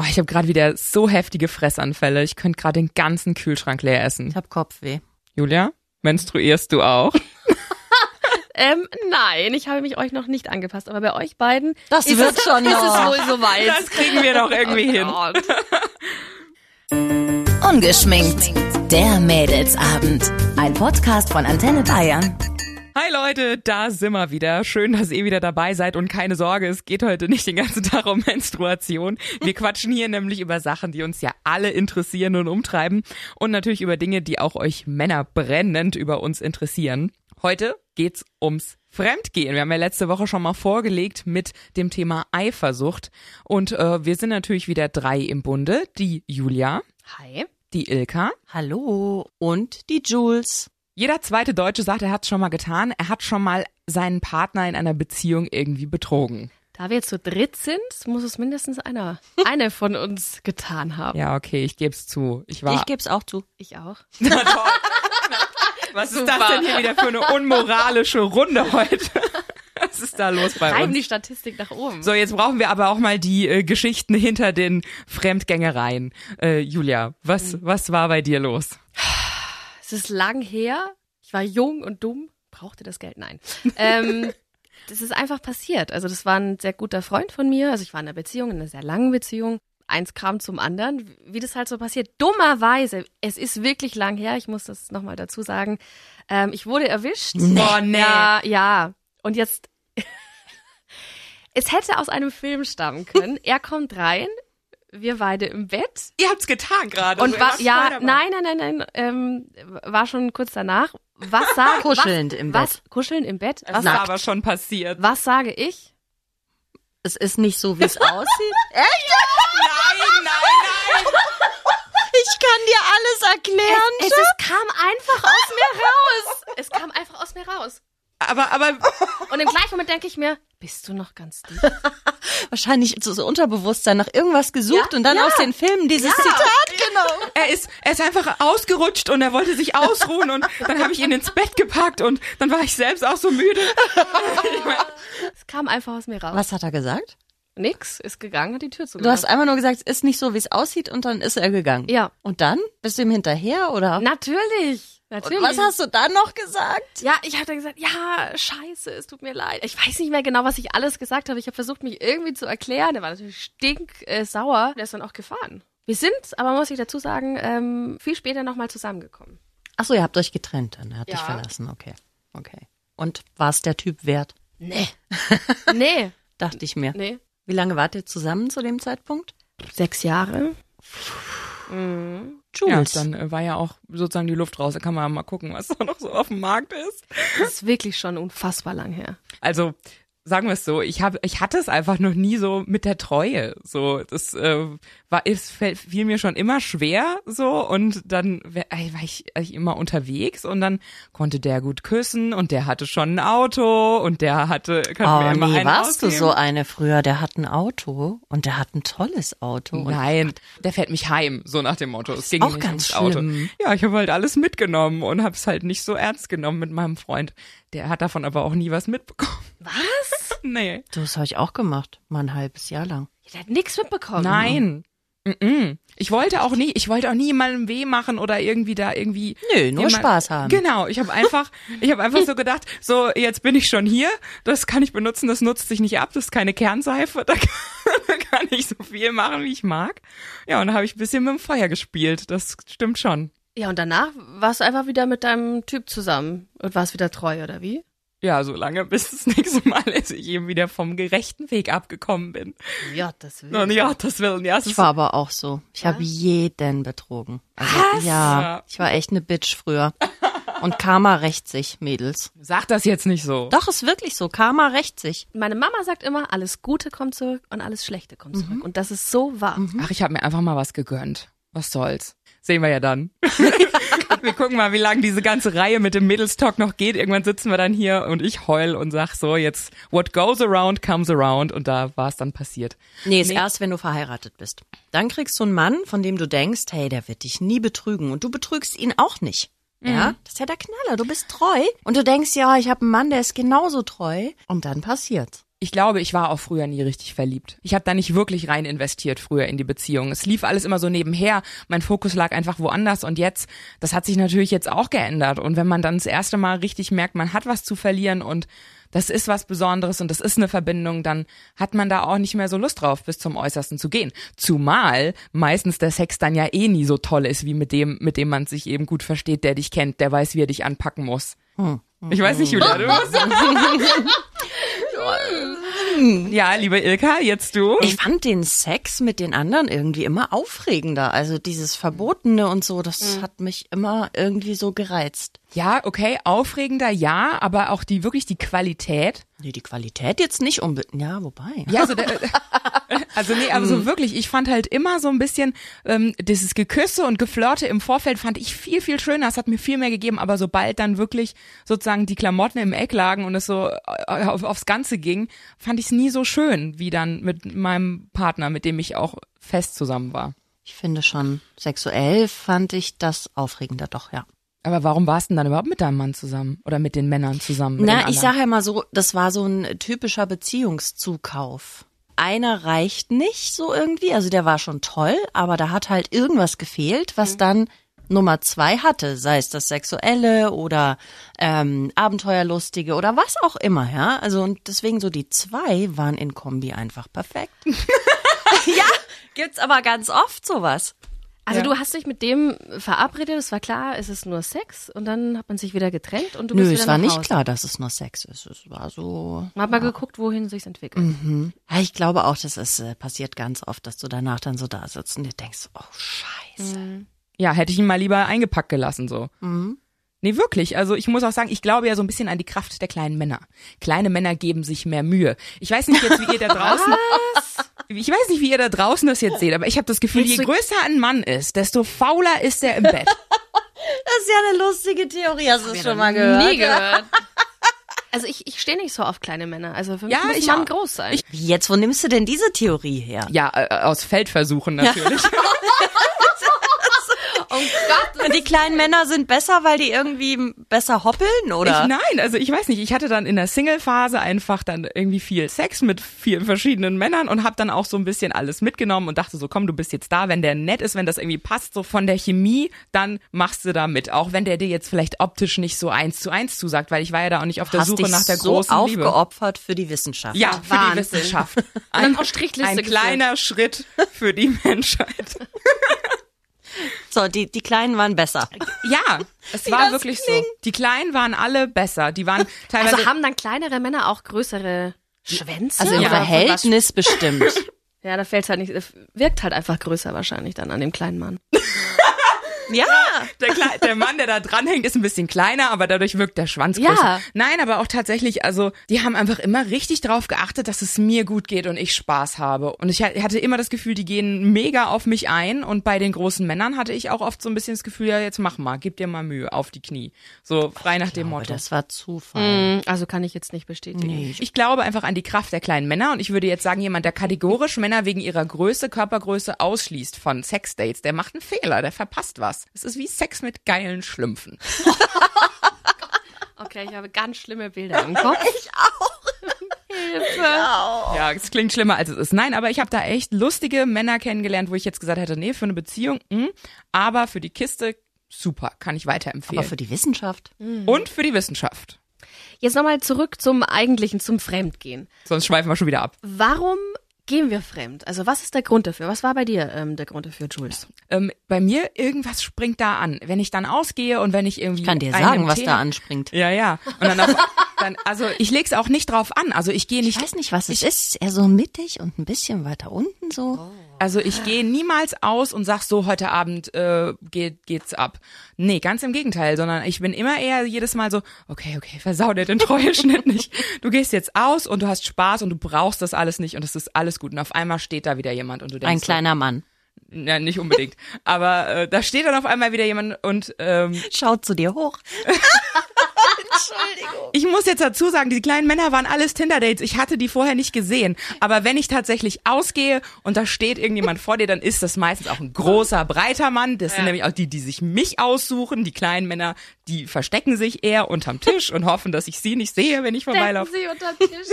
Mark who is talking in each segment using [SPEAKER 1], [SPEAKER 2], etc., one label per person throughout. [SPEAKER 1] Oh, ich habe gerade wieder so heftige Fressanfälle. Ich könnte gerade den ganzen Kühlschrank leer essen.
[SPEAKER 2] Ich habe Kopfweh.
[SPEAKER 1] Julia, menstruierst du auch?
[SPEAKER 3] Ähm, nein, ich habe mich euch noch nicht angepasst, aber bei euch beiden
[SPEAKER 2] Das
[SPEAKER 3] ist
[SPEAKER 2] wird
[SPEAKER 3] es,
[SPEAKER 2] schon
[SPEAKER 3] ist
[SPEAKER 2] noch.
[SPEAKER 3] es wohl soweit.
[SPEAKER 1] Das kriegen wir doch irgendwie hin.
[SPEAKER 3] Gott.
[SPEAKER 4] Ungeschminkt. Der Mädelsabend. Ein Podcast von Antenne Bayern.
[SPEAKER 1] Hi Leute, da sind wir wieder. Schön, dass ihr wieder dabei seid und keine Sorge, es geht heute nicht den ganzen Tag um Menstruation. Wir quatschen hier nämlich über Sachen, die uns ja alle interessieren und umtreiben und natürlich über Dinge, die auch euch Männer brennend über uns interessieren. Heute geht's ums Fremdgehen. Wir haben ja letzte Woche schon mal vorgelegt mit dem Thema Eifersucht und äh, wir sind natürlich wieder drei im Bunde, die Julia,
[SPEAKER 3] Hi.
[SPEAKER 1] die Ilka
[SPEAKER 2] Hallo und die Jules.
[SPEAKER 1] Jeder zweite Deutsche sagt, er hat es schon mal getan. Er hat schon mal seinen Partner in einer Beziehung irgendwie betrogen.
[SPEAKER 3] Da wir jetzt zu dritt sind, muss es mindestens einer, eine von uns getan haben.
[SPEAKER 1] Ja, okay, ich geb's zu. Ich war.
[SPEAKER 2] Ich geb's auch zu.
[SPEAKER 3] Ich auch.
[SPEAKER 1] Na toll. Was ist das
[SPEAKER 3] Super.
[SPEAKER 1] denn hier wieder für eine unmoralische Runde heute? Was ist da los bei
[SPEAKER 3] Treiben
[SPEAKER 1] uns?
[SPEAKER 3] die Statistik nach oben.
[SPEAKER 1] So, jetzt brauchen wir aber auch mal die äh, Geschichten hinter den Fremdgängereien. Äh, Julia, was, was war bei dir los?
[SPEAKER 3] Es ist lang her. Ich war jung und dumm, brauchte das Geld. Nein. Ähm, das ist einfach passiert. Also das war ein sehr guter Freund von mir. Also ich war in einer Beziehung, in einer sehr langen Beziehung. Eins kam zum anderen, wie das halt so passiert. Dummerweise, es ist wirklich lang her. Ich muss das nochmal dazu sagen. Ähm, ich wurde erwischt.
[SPEAKER 1] Oh, nee.
[SPEAKER 3] Ja, ja. Und jetzt, es hätte aus einem Film stammen können. Er kommt rein, wir beide im Bett.
[SPEAKER 1] Ihr habt's getan gerade.
[SPEAKER 3] Und war, ja, nein, nein, nein, nein, ähm, war schon kurz danach. Was sage
[SPEAKER 2] Kuschelnd
[SPEAKER 3] was,
[SPEAKER 2] im
[SPEAKER 3] was,
[SPEAKER 2] Bett.
[SPEAKER 3] Kuscheln im Bett.
[SPEAKER 1] Das
[SPEAKER 3] Was,
[SPEAKER 1] war
[SPEAKER 2] nackt.
[SPEAKER 1] aber schon passiert.
[SPEAKER 3] was sage ich?
[SPEAKER 2] Es ist nicht so, wie es aussieht. Echt?
[SPEAKER 1] Nein, nein, nein.
[SPEAKER 2] Ich kann dir alles erklären.
[SPEAKER 3] Es, es kam einfach aus mir raus. Es kam einfach aus mir raus.
[SPEAKER 1] Aber, aber
[SPEAKER 3] Und im gleichen Moment denke ich mir, bist du noch ganz dick?
[SPEAKER 2] Wahrscheinlich so, so Unterbewusstsein nach irgendwas gesucht
[SPEAKER 3] Ja,
[SPEAKER 2] und dann
[SPEAKER 3] ja.
[SPEAKER 2] aus den Filmen dieses Zitat genommen.
[SPEAKER 1] er ist, er ist einfach ausgerutscht und er wollte sich ausruhen und dann habe ich ihn ins Bett gepackt und dann war ich selbst auch so müde. Ich mein,
[SPEAKER 3] Es kam einfach aus mir raus.
[SPEAKER 2] Was hat er gesagt?
[SPEAKER 3] Nix, ist gegangen, hat die Tür
[SPEAKER 2] Du
[SPEAKER 3] zugemacht.
[SPEAKER 2] hast einmal nur gesagt, es ist nicht so, wie es aussieht und dann ist er gegangen.
[SPEAKER 3] Ja.
[SPEAKER 2] Und dann? Bist du ihm hinterher oder?
[SPEAKER 3] Natürlich,
[SPEAKER 2] und
[SPEAKER 3] natürlich.
[SPEAKER 2] was hast du dann noch gesagt?
[SPEAKER 3] Ja, ich habe dann gesagt, ja, scheiße, es tut mir leid. Ich weiß nicht mehr genau, was ich alles gesagt habe. Ich habe versucht, mich irgendwie zu erklären. Er war natürlich stinksauer. Äh, sauer. Der ist dann auch gefahren. Wir sind, aber muss ich dazu sagen, ähm, viel später nochmal zusammengekommen.
[SPEAKER 2] Ach so, ihr habt euch getrennt dann. Er hat dich
[SPEAKER 3] Ja.
[SPEAKER 2] verlassen. Okay. Okay. Und war es der Typ wert?
[SPEAKER 3] Nee. nee,
[SPEAKER 2] Dachte ich mir.
[SPEAKER 3] nee.
[SPEAKER 2] Wie lange wart ihr zusammen zu dem Zeitpunkt?
[SPEAKER 3] Sechs Jahre.
[SPEAKER 1] ja,
[SPEAKER 2] Jules.
[SPEAKER 1] dann äh, war ja auch sozusagen die Luft raus. Da kann man mal gucken, was da noch so auf dem Markt ist.
[SPEAKER 3] Das ist wirklich schon unfassbar lang her.
[SPEAKER 1] Also sagen wir es so, ich habe, ich hatte es einfach noch nie so mit der Treue. So, das äh, war, es fäll- fiel mir schon immer schwer so und dann wär- ey, war ich, war ich immer unterwegs und dann konnte der gut küssen und der hatte schon ein Auto und der hatte, konnte
[SPEAKER 2] Oh
[SPEAKER 1] mir immer
[SPEAKER 2] nee,
[SPEAKER 1] einen
[SPEAKER 2] warst du
[SPEAKER 1] ausgeben.
[SPEAKER 2] so eine früher? Der hat ein Auto und der hat ein tolles Auto. Und
[SPEAKER 1] Nein, der fährt mich heim, so nach dem Motto. Es ging
[SPEAKER 2] auch
[SPEAKER 1] nicht
[SPEAKER 2] ganz
[SPEAKER 1] ums
[SPEAKER 2] schlimm.
[SPEAKER 1] Auto. Ja, ich habe halt alles mitgenommen und habe es halt nicht so ernst genommen mit meinem Freund. Der hat davon aber auch nie was mitbekommen.
[SPEAKER 3] Was?
[SPEAKER 1] Nee.
[SPEAKER 2] Du, das habe ich auch gemacht, mal ein halbes Jahr lang.
[SPEAKER 3] Der hat nichts mitbekommen.
[SPEAKER 1] Nein. Mhm. Ich wollte auch nie, ich wollte auch nie jemandem weh machen oder irgendwie da irgendwie.
[SPEAKER 2] Nö, nur
[SPEAKER 1] jemand-
[SPEAKER 2] Spaß haben.
[SPEAKER 1] Genau, ich habe einfach, ich habe einfach so gedacht, so jetzt bin ich schon hier, das kann ich benutzen, das nutzt sich nicht ab, das ist keine Kernseife, da kann, da kann ich so viel machen, wie ich mag. Ja, und da habe ich ein bisschen mit dem Feuer gespielt, das stimmt schon.
[SPEAKER 3] Ja, und danach warst du einfach wieder mit deinem Typ zusammen und warst wieder treu, oder wie?
[SPEAKER 1] Ja, so lange, bis das nächste Mal ist, ich eben wieder vom gerechten Weg abgekommen bin.
[SPEAKER 3] Ja, das will
[SPEAKER 1] Und ja, das will ja, es
[SPEAKER 2] Ich
[SPEAKER 1] ist-
[SPEAKER 2] war aber auch so. Ich habe jeden betrogen. Also, Was? Ja,
[SPEAKER 1] Ja.
[SPEAKER 2] ich war echt eine Bitch früher. Und Karma rächt sich, Mädels.
[SPEAKER 1] Sag das jetzt nicht so.
[SPEAKER 2] Doch, ist wirklich so. Karma rächt sich.
[SPEAKER 3] Meine Mama sagt immer, alles Gute kommt zurück und alles Schlechte kommt zurück. Und das ist so wahr.
[SPEAKER 1] Ach, ich habe mir einfach mal was gegönnt. Was soll's? Mhm. Sehen wir ja dann. wir gucken mal, wie lange diese ganze Reihe mit dem Mädels-Talk noch geht. Irgendwann sitzen wir dann hier und ich heul und sag so, jetzt what goes around comes around und da war's dann passiert.
[SPEAKER 2] Nee, ist erst, wenn du verheiratet bist. Dann kriegst du einen Mann, von dem du denkst, hey, der wird dich nie betrügen. Und du betrügst ihn auch nicht. Ja, das ist ja der Knaller. Du bist treu. Und du denkst, ja, ich habe einen Mann, der ist genauso treu. Und dann passiert.
[SPEAKER 1] Ich glaube, ich war auch früher nie richtig verliebt. Ich habe da nicht wirklich rein investiert früher in die Beziehung. Es lief alles immer so nebenher. Mein Fokus lag einfach woanders und jetzt, das hat sich natürlich jetzt auch geändert. Und wenn man dann das erste Mal richtig merkt, man hat was zu verlieren und das ist was Besonderes und das ist eine Verbindung, dann hat man da auch nicht mehr so Lust drauf, bis zum Äußersten zu gehen. Zumal meistens der Sex dann ja eh nie so toll ist, wie mit dem, mit dem man sich eben gut versteht, der dich kennt, der weiß, wie er dich anpacken muss. Ich weiß nicht, Julia, du. ja, liebe Ilka, jetzt du.
[SPEAKER 2] Ich fand den Sex mit den anderen irgendwie immer aufregender. Also dieses Verbotene und so, das hat mich immer irgendwie so gereizt.
[SPEAKER 1] Ja, okay, aufregender, ja, aber auch die wirklich die Qualität.
[SPEAKER 2] Nee, die Qualität jetzt nicht unbedingt. Ja, wobei.
[SPEAKER 1] Ja, also, der, also nee, aber so wirklich, ich fand halt immer so ein bisschen ähm, dieses Geküsse und Geflirte im Vorfeld fand ich viel, viel schöner. Es hat mir viel mehr gegeben, aber sobald dann wirklich sozusagen die Klamotten im Eck lagen und es so äh, auf, aufs Ganze ging, fand ich es nie so schön wie dann mit meinem Partner, mit dem ich auch fest zusammen war.
[SPEAKER 2] Ich finde schon, sexuell fand ich das aufregender doch, ja.
[SPEAKER 1] Aber warum warst du denn dann überhaupt mit deinem Mann zusammen oder mit den Männern zusammen? mit den
[SPEAKER 2] Na, ich
[SPEAKER 1] anderen?
[SPEAKER 2] sage ja mal so, das war so ein typischer Beziehungszukauf. Einer reicht nicht so irgendwie, also der war schon toll, aber da hat halt irgendwas gefehlt, was
[SPEAKER 3] Mhm.
[SPEAKER 2] dann Nummer zwei hatte, sei es das Sexuelle oder ähm, Abenteuerlustige oder was auch immer, ja. Also und deswegen so die zwei waren in Kombi einfach perfekt. ja, gibt's aber ganz oft sowas.
[SPEAKER 3] Also du hast dich mit dem verabredet, es war klar, es ist nur Sex und dann hat man sich wieder getrennt und du
[SPEAKER 2] Nö,
[SPEAKER 3] bist wieder
[SPEAKER 2] es war
[SPEAKER 3] nach
[SPEAKER 2] nicht
[SPEAKER 3] Hause.
[SPEAKER 2] klar, dass es nur Sex ist. Es war so.
[SPEAKER 3] Man hat mal geguckt, wohin sich's entwickelt.
[SPEAKER 2] Mhm. Ja, ich glaube auch, das ist, äh, passiert ganz oft, dass du danach dann so da sitzt und dir denkst, oh Scheiße.
[SPEAKER 1] Ja, hätte ich ihn mal lieber eingepackt gelassen so.
[SPEAKER 2] Mhm.
[SPEAKER 1] Nee, wirklich. Also ich muss auch sagen, ich glaube ja so ein bisschen an die Kraft der kleinen Männer. Kleine Männer geben sich mehr Mühe. Ich weiß nicht jetzt, wie ihr da draußen. Ich weiß nicht, wie ihr da draußen das jetzt seht, aber ich habe das Gefühl, je größer ein Mann ist, desto fauler ist er im Bett.
[SPEAKER 2] Das ist ja eine lustige Theorie, hast du es schon mal
[SPEAKER 3] Nie gehört. Also ich, ich stehe nicht so auf kleine Männer. Also für mich
[SPEAKER 1] Ja,
[SPEAKER 3] muss
[SPEAKER 1] ich
[SPEAKER 3] man
[SPEAKER 1] auch.
[SPEAKER 3] groß sein.
[SPEAKER 2] Wie jetzt, wo nimmst du denn diese Theorie her?
[SPEAKER 1] Ja, äh, aus Feldversuchen natürlich.
[SPEAKER 2] Und die kleinen Männer sind besser, weil die irgendwie besser hoppeln, oder?
[SPEAKER 1] Ich, nein, also ich weiß nicht. Ich hatte dann in der Single-Phase einfach dann irgendwie viel Sex mit vielen verschiedenen Männern und habe dann auch so ein bisschen alles mitgenommen und dachte so, komm, du bist jetzt da, wenn der nett ist, wenn das irgendwie passt, so von der Chemie, dann machst du da mit. Auch wenn der dir jetzt vielleicht optisch nicht so eins zu eins zusagt, weil ich war ja da auch nicht auf der
[SPEAKER 2] hast
[SPEAKER 1] Suche
[SPEAKER 2] dich
[SPEAKER 1] nach der
[SPEAKER 2] so
[SPEAKER 1] großen Liebe.
[SPEAKER 2] aufgeopfert für die Wissenschaft.
[SPEAKER 1] Ja, für
[SPEAKER 3] Wahnsinn.
[SPEAKER 1] die Wissenschaft.
[SPEAKER 3] dann auf Strichliste
[SPEAKER 1] ein
[SPEAKER 3] geführt.
[SPEAKER 1] kleiner Schritt für die Menschheit.
[SPEAKER 2] So, die, die Kleinen waren besser.
[SPEAKER 1] Ja, es war wirklich so. Die Kleinen waren alle besser. Die waren teilweise
[SPEAKER 3] Also haben dann kleinere Männer auch größere Schwänze?
[SPEAKER 2] Also im
[SPEAKER 3] Oder
[SPEAKER 2] Verhältnis bestimmt.
[SPEAKER 3] was? Ja, da fällt's halt nicht. Wirkt halt einfach größer wahrscheinlich dann an dem kleinen Mann.
[SPEAKER 2] ja.
[SPEAKER 1] Der, Kle der Mann, der da dranhängt, ist ein bisschen kleiner, aber dadurch wirkt der Schwanz
[SPEAKER 3] Ja.
[SPEAKER 1] größer. Nein, aber auch tatsächlich, also die haben einfach immer richtig drauf geachtet, dass es mir gut geht und ich Spaß habe. Und ich ha- hatte immer das Gefühl, die gehen mega auf mich ein. Und bei den großen Männern hatte ich auch oft so ein bisschen das Gefühl, ja, jetzt mach mal, gib dir mal Mühe auf die Knie. So frei nach dem
[SPEAKER 2] Aber
[SPEAKER 1] Motto.
[SPEAKER 2] Oh, das war Zufall.
[SPEAKER 3] Also kann ich jetzt nicht bestätigen.
[SPEAKER 1] Ich glaube einfach an die Kraft der kleinen Männer und ich würde jetzt sagen, jemand, der kategorisch Männer wegen ihrer Größe, Körpergröße ausschließt von Sexdates, der macht einen Fehler, der verpasst was. Es ist wie Sex mit geilen Schlümpfen.
[SPEAKER 3] Okay, ich habe ganz schlimme Bilder im Kopf. ich auch. Hilfe.
[SPEAKER 1] Ja, es klingt schlimmer als es ist. Nein, aber ich habe da echt lustige Männer kennengelernt, wo ich jetzt gesagt hätte, nee, für eine Beziehung, mh, aber für die Kiste super, kann ich weiterempfehlen. Mhm.
[SPEAKER 2] Aber für die Wissenschaft.
[SPEAKER 1] Und für die Wissenschaft.
[SPEAKER 3] Jetzt nochmal zurück zum Eigentlichen, zum Fremdgehen.
[SPEAKER 1] Sonst schweifen wir schon wieder ab.
[SPEAKER 3] Warum gehen wir fremd? Also was ist der Grund dafür? Was war bei dir ähm, der Grund dafür, Jules?
[SPEAKER 1] Ähm, bei mir irgendwas springt da an, wenn ich dann ausgehe und wenn ich irgendwie
[SPEAKER 2] Kann dir
[SPEAKER 1] einen
[SPEAKER 2] sagen,
[SPEAKER 1] im
[SPEAKER 2] was
[SPEAKER 1] Tee
[SPEAKER 2] da
[SPEAKER 1] hab.
[SPEAKER 2] anspringt.
[SPEAKER 1] Ja, ja. Und dann, auf, dann also ich leg's auch nicht drauf an. Also ich gehe
[SPEAKER 2] Ich Oh.
[SPEAKER 1] nicht
[SPEAKER 2] weiß nicht, was es ist. Eher so mittig und ein bisschen weiter unten so.
[SPEAKER 1] Also ich gehe niemals aus und sag so, heute Abend äh, geht, geht's ab. Nee, ganz im Gegenteil, sondern ich bin immer eher jedes Mal so, okay, okay, versau dir den Treueschnitt nicht. Du gehst jetzt aus und du hast Spaß und du brauchst das alles nicht und das ist alles gut. Und auf einmal steht da wieder jemand und du denkst,
[SPEAKER 2] Ein kleiner Mann.
[SPEAKER 1] so, na, nicht unbedingt, aber äh, da steht dann auf einmal wieder jemand und ähm,
[SPEAKER 2] Schaut zu dir hoch.
[SPEAKER 1] ich muss jetzt dazu sagen, die kleinen Männer waren alles Tinder-Dates. Ich hatte die vorher nicht gesehen. Aber wenn ich tatsächlich ausgehe und da steht irgendjemand vor dir, dann ist das meistens auch ein großer, breiter Mann. Das sind nämlich auch die, die sich mich aussuchen. Die kleinen Männer, die verstecken sich eher unterm Tisch und hoffen, dass ich sie nicht sehe, wenn ich vorbeilaufe.
[SPEAKER 3] Sie unter Tisch.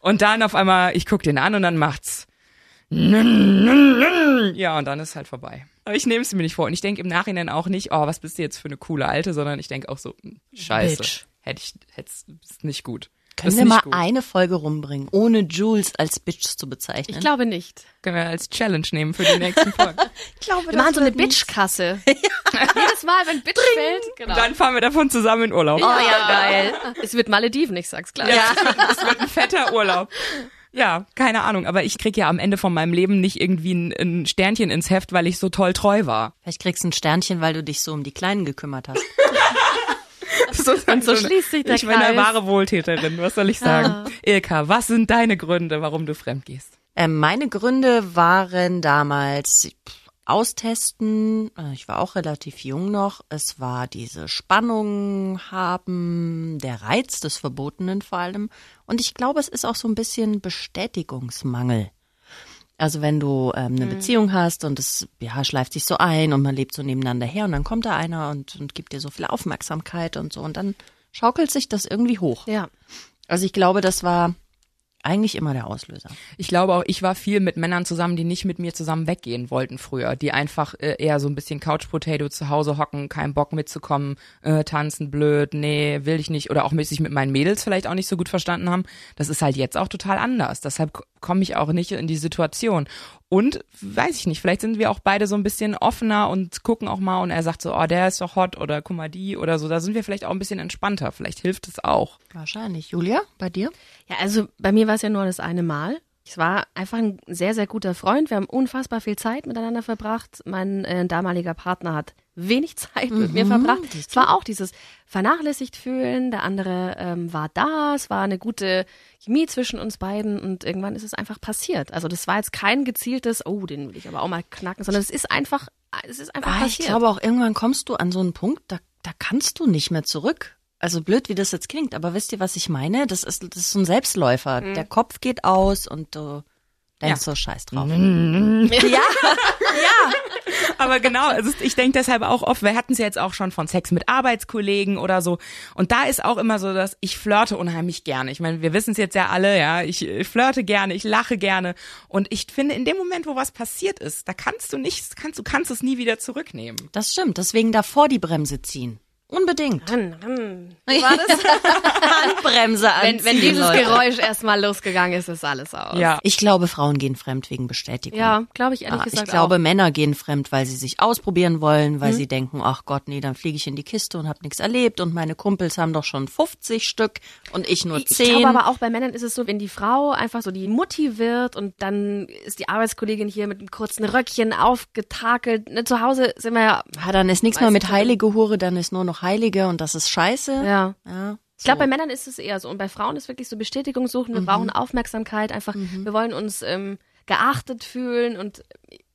[SPEAKER 1] Und dann auf einmal, ich guck den an und dann macht's. Ja, und dann ist halt vorbei. Aber ich nehme es mir nicht vor. Und ich denke im Nachhinein auch nicht, oh, was bist du jetzt für eine coole Alte, sondern ich denke auch so, hm, scheiße.
[SPEAKER 2] Bitch.
[SPEAKER 1] Hätte ich, hätt's, ist nicht gut.
[SPEAKER 2] Können
[SPEAKER 1] ist
[SPEAKER 2] wir
[SPEAKER 1] nicht
[SPEAKER 2] mal
[SPEAKER 1] gut.
[SPEAKER 2] eine Folge rumbringen, ohne Jules als Bitch zu bezeichnen?
[SPEAKER 3] Ich glaube nicht.
[SPEAKER 1] Können wir als Challenge nehmen für die nächsten Folgen.
[SPEAKER 2] glaube
[SPEAKER 3] Wir machen so eine Bitch-Kasse. Jedes Mal, wenn Bitch fällt, genau.
[SPEAKER 1] Und dann fahren wir davon zusammen in Urlaub.
[SPEAKER 3] oh ja, geil. Es wird Malediven, ich sag's klar.
[SPEAKER 1] Ja, es wird ein fetter Urlaub. Ja, keine Ahnung, aber ich krieg ja am Ende von meinem Leben nicht irgendwie ein, ein Sternchen ins Heft, weil ich so toll treu war.
[SPEAKER 2] Vielleicht kriegst du ein Sternchen, weil du dich so um die Kleinen gekümmert hast.
[SPEAKER 1] Und
[SPEAKER 3] so schließt sich der
[SPEAKER 1] Also, Ich bin eine
[SPEAKER 3] Kreis. Ah.
[SPEAKER 1] wahre Wohltäterin, was soll ich sagen? Ilka, was sind deine Gründe, warum du fremd gehst?
[SPEAKER 2] Ähm, meine Gründe waren damals pff, austesten. äh, Ich war auch relativ jung noch. Es war diese Spannung haben, der Reiz des Verbotenen vor allem. Und ich glaube, es ist auch so ein bisschen Bestätigungsmangel. Also wenn du ähm, eine Beziehung hast und es ja, schleift sich so ein und man lebt so nebeneinander her und dann kommt da einer und, und gibt dir so viel Aufmerksamkeit und so und dann schaukelt sich das irgendwie hoch.
[SPEAKER 3] Ja.
[SPEAKER 2] Also ich glaube, das war eigentlich immer der Auslöser.
[SPEAKER 1] Ich glaube auch, ich war viel mit Männern zusammen, die nicht mit mir zusammen weggehen wollten früher, die einfach äh, eher so ein bisschen Couch Potato zu Hause hocken, keinen Bock mitzukommen, äh, tanzen blöd, nee, will ich nicht oder auch sich mit meinen Mädels vielleicht auch nicht so gut verstanden haben. Das ist halt jetzt auch total anders. Deshalb k- komme ich auch nicht in die Situation. Und weiß ich nicht, vielleicht sind wir auch beide so ein bisschen offener und gucken auch mal und er sagt so, oh, der ist doch hot oder guck mal die oder so, da sind wir vielleicht auch ein bisschen entspannter, vielleicht hilft es auch.
[SPEAKER 2] Wahrscheinlich. Julia, bei dir?
[SPEAKER 3] Ja, also bei mir war es ja nur das eine Mal. Ich war einfach ein sehr, sehr guter Freund. Wir haben unfassbar viel Zeit miteinander verbracht. Mein äh, damaliger Partner hat wenig Zeit mit mir verbracht. Es war auch dieses vernachlässigt fühlen. Der andere ähm, war da. Es war eine gute Chemie zwischen uns beiden und irgendwann ist es einfach passiert. Also das war jetzt kein gezieltes, oh, den will ich aber auch mal knacken, sondern es ist einfach, es ist einfach
[SPEAKER 2] Ah, ich
[SPEAKER 3] passiert.
[SPEAKER 2] glaube auch, irgendwann kommst du an so einen Punkt, da, da kannst du nicht mehr zurück. Also blöd, wie das jetzt klingt, aber wisst ihr, was ich meine? Das ist, das ist so ein Selbstläufer.
[SPEAKER 3] Mhm.
[SPEAKER 2] Der Kopf geht aus und du denkst so scheiß drauf.
[SPEAKER 3] Mhm.
[SPEAKER 2] Ja,
[SPEAKER 1] Aber genau, also ich denke deshalb auch oft, wir hatten es ja jetzt auch schon von Sex mit Arbeitskollegen oder so. Und da ist auch immer so, dass ich flirte unheimlich gerne. Ich meine, wir wissen es jetzt ja alle, ja, ich äh, flirte gerne, ich lache gerne. Und ich finde, in dem Moment, wo was passiert ist, da kannst du nichts, kannst, du kannst es nie wieder zurücknehmen.
[SPEAKER 2] das stimmt. Deswegen davor die Bremse ziehen. Unbedingt.
[SPEAKER 3] Hm, hm.
[SPEAKER 2] Handbremse anziehen,
[SPEAKER 3] Wenn, wenn dieses
[SPEAKER 2] Leute.
[SPEAKER 3] Geräusch erstmal losgegangen ist, ist alles aus.
[SPEAKER 1] Ja.
[SPEAKER 2] Ich glaube, Frauen gehen fremd wegen Bestätigung.
[SPEAKER 3] Ja, glaube ich ehrlich
[SPEAKER 2] Ah,
[SPEAKER 3] gesagt
[SPEAKER 2] ich glaube,
[SPEAKER 3] auch. Mhm.
[SPEAKER 2] Männer gehen fremd, weil sie sich ausprobieren wollen, weil sie denken, ach Gott, nee, dann fliege ich in die Kiste und habe nichts erlebt und meine Kumpels haben doch schon 50 Stück und ich nur
[SPEAKER 3] Ich
[SPEAKER 2] 10.
[SPEAKER 3] glaube aber auch bei Männern ist es so, wenn die Frau einfach so die Mutti wird und dann ist die Arbeitskollegin hier mit einem kurzen Röckchen aufgetakelt. Ne, zu Hause sind wir ja.
[SPEAKER 2] ja, dann ist nichts mehr
[SPEAKER 3] Weißt
[SPEAKER 2] mit
[SPEAKER 3] du-
[SPEAKER 2] heilige Hure, dann ist nur noch heilige und das ist scheiße.
[SPEAKER 3] ja.
[SPEAKER 2] Ja,
[SPEAKER 3] Ich glaube, bei Männern ist es eher so. Mhm. Und bei Frauen ist wirklich so Bestätigung suchen. Wir brauchen Aufmerksamkeit. Einfach, wir wollen uns ähm, geachtet fühlen. Und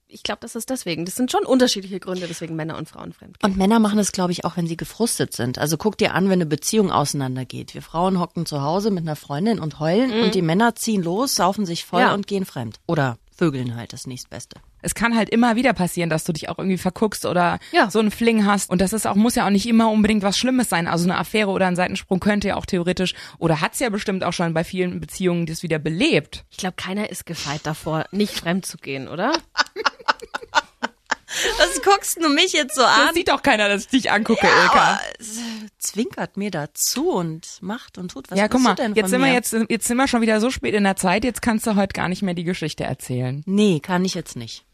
[SPEAKER 3] ich glaube, das ist deswegen. Das sind schon unterschiedliche Gründe, weswegen Männer und Frauen fremd gehen.
[SPEAKER 2] Und Männer machen das, glaube ich, auch wenn sie gefrustet sind. Also guck dir an, wenn eine Beziehung auseinandergeht. Wir Frauen hocken zu Hause mit einer Freundin und heulen und die Männer ziehen los, saufen sich voll
[SPEAKER 3] Ja.
[SPEAKER 2] und gehen fremd. Oder vögeln halt das nächstbeste.
[SPEAKER 1] Es kann halt immer wieder passieren, dass du dich auch irgendwie verguckst oder
[SPEAKER 3] Ja.
[SPEAKER 1] so einen Fling hast. Und das ist auch, muss ja auch nicht immer unbedingt was Schlimmes sein. Also eine Affäre oder ein Seitensprung könnte ja auch theoretisch oder hat's ja bestimmt auch schon bei vielen Beziehungen das wieder belebt.
[SPEAKER 3] Ich glaube, keiner ist gefeit davor, nicht fremd zu gehen, oder?
[SPEAKER 2] Was guckst du mich jetzt so an?
[SPEAKER 1] Das sieht doch keiner, dass ich dich angucke, Ilka.
[SPEAKER 2] zwinkert mir dazu und macht und tut was.
[SPEAKER 1] Ja,
[SPEAKER 2] willst
[SPEAKER 1] guck mal,
[SPEAKER 2] du denn
[SPEAKER 1] jetzt
[SPEAKER 2] von
[SPEAKER 1] sind, wir
[SPEAKER 2] mir?
[SPEAKER 1] jetzt, jetzt sind wir schon wieder so spät in der Zeit, jetzt kannst du heute gar nicht mehr die Geschichte erzählen.
[SPEAKER 2] Nee, kann ich jetzt nicht.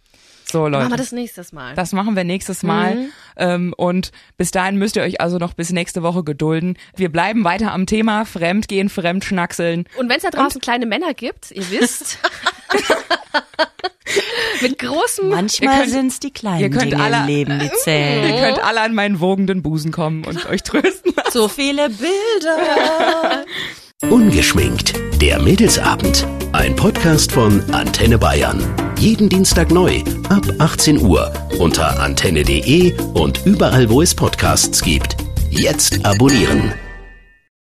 [SPEAKER 1] So, Leute.
[SPEAKER 3] Machen wir das nächstes Mal.
[SPEAKER 1] Das machen wir nächstes Mal.
[SPEAKER 2] Mhm.
[SPEAKER 1] Ähm, und bis dahin müsst ihr euch also noch bis nächste Woche gedulden. Wir bleiben weiter am Thema Fremdgehen, Fremdschnackseln.
[SPEAKER 3] Und wenn es da draußen kleine Männer gibt, ihr wisst, mit großem
[SPEAKER 1] Ihr
[SPEAKER 2] Manchmal
[SPEAKER 1] könnt-
[SPEAKER 2] sind's die
[SPEAKER 1] ihr
[SPEAKER 2] kleinen
[SPEAKER 1] könnt
[SPEAKER 2] Dinge
[SPEAKER 1] alle-
[SPEAKER 2] im Leben, die
[SPEAKER 1] Ihr
[SPEAKER 2] zählen.
[SPEAKER 1] könnt alle an meinen wogenden Busen kommen und euch trösten.
[SPEAKER 2] so viele Bilder.
[SPEAKER 5] Ungeschminkt. Der Mädelsabend. Ein Podcast von Antenne Bayern. Jeden Dienstag neu ab 18 Uhr unter antenne.de und überall, wo es Podcasts gibt. Jetzt abonnieren.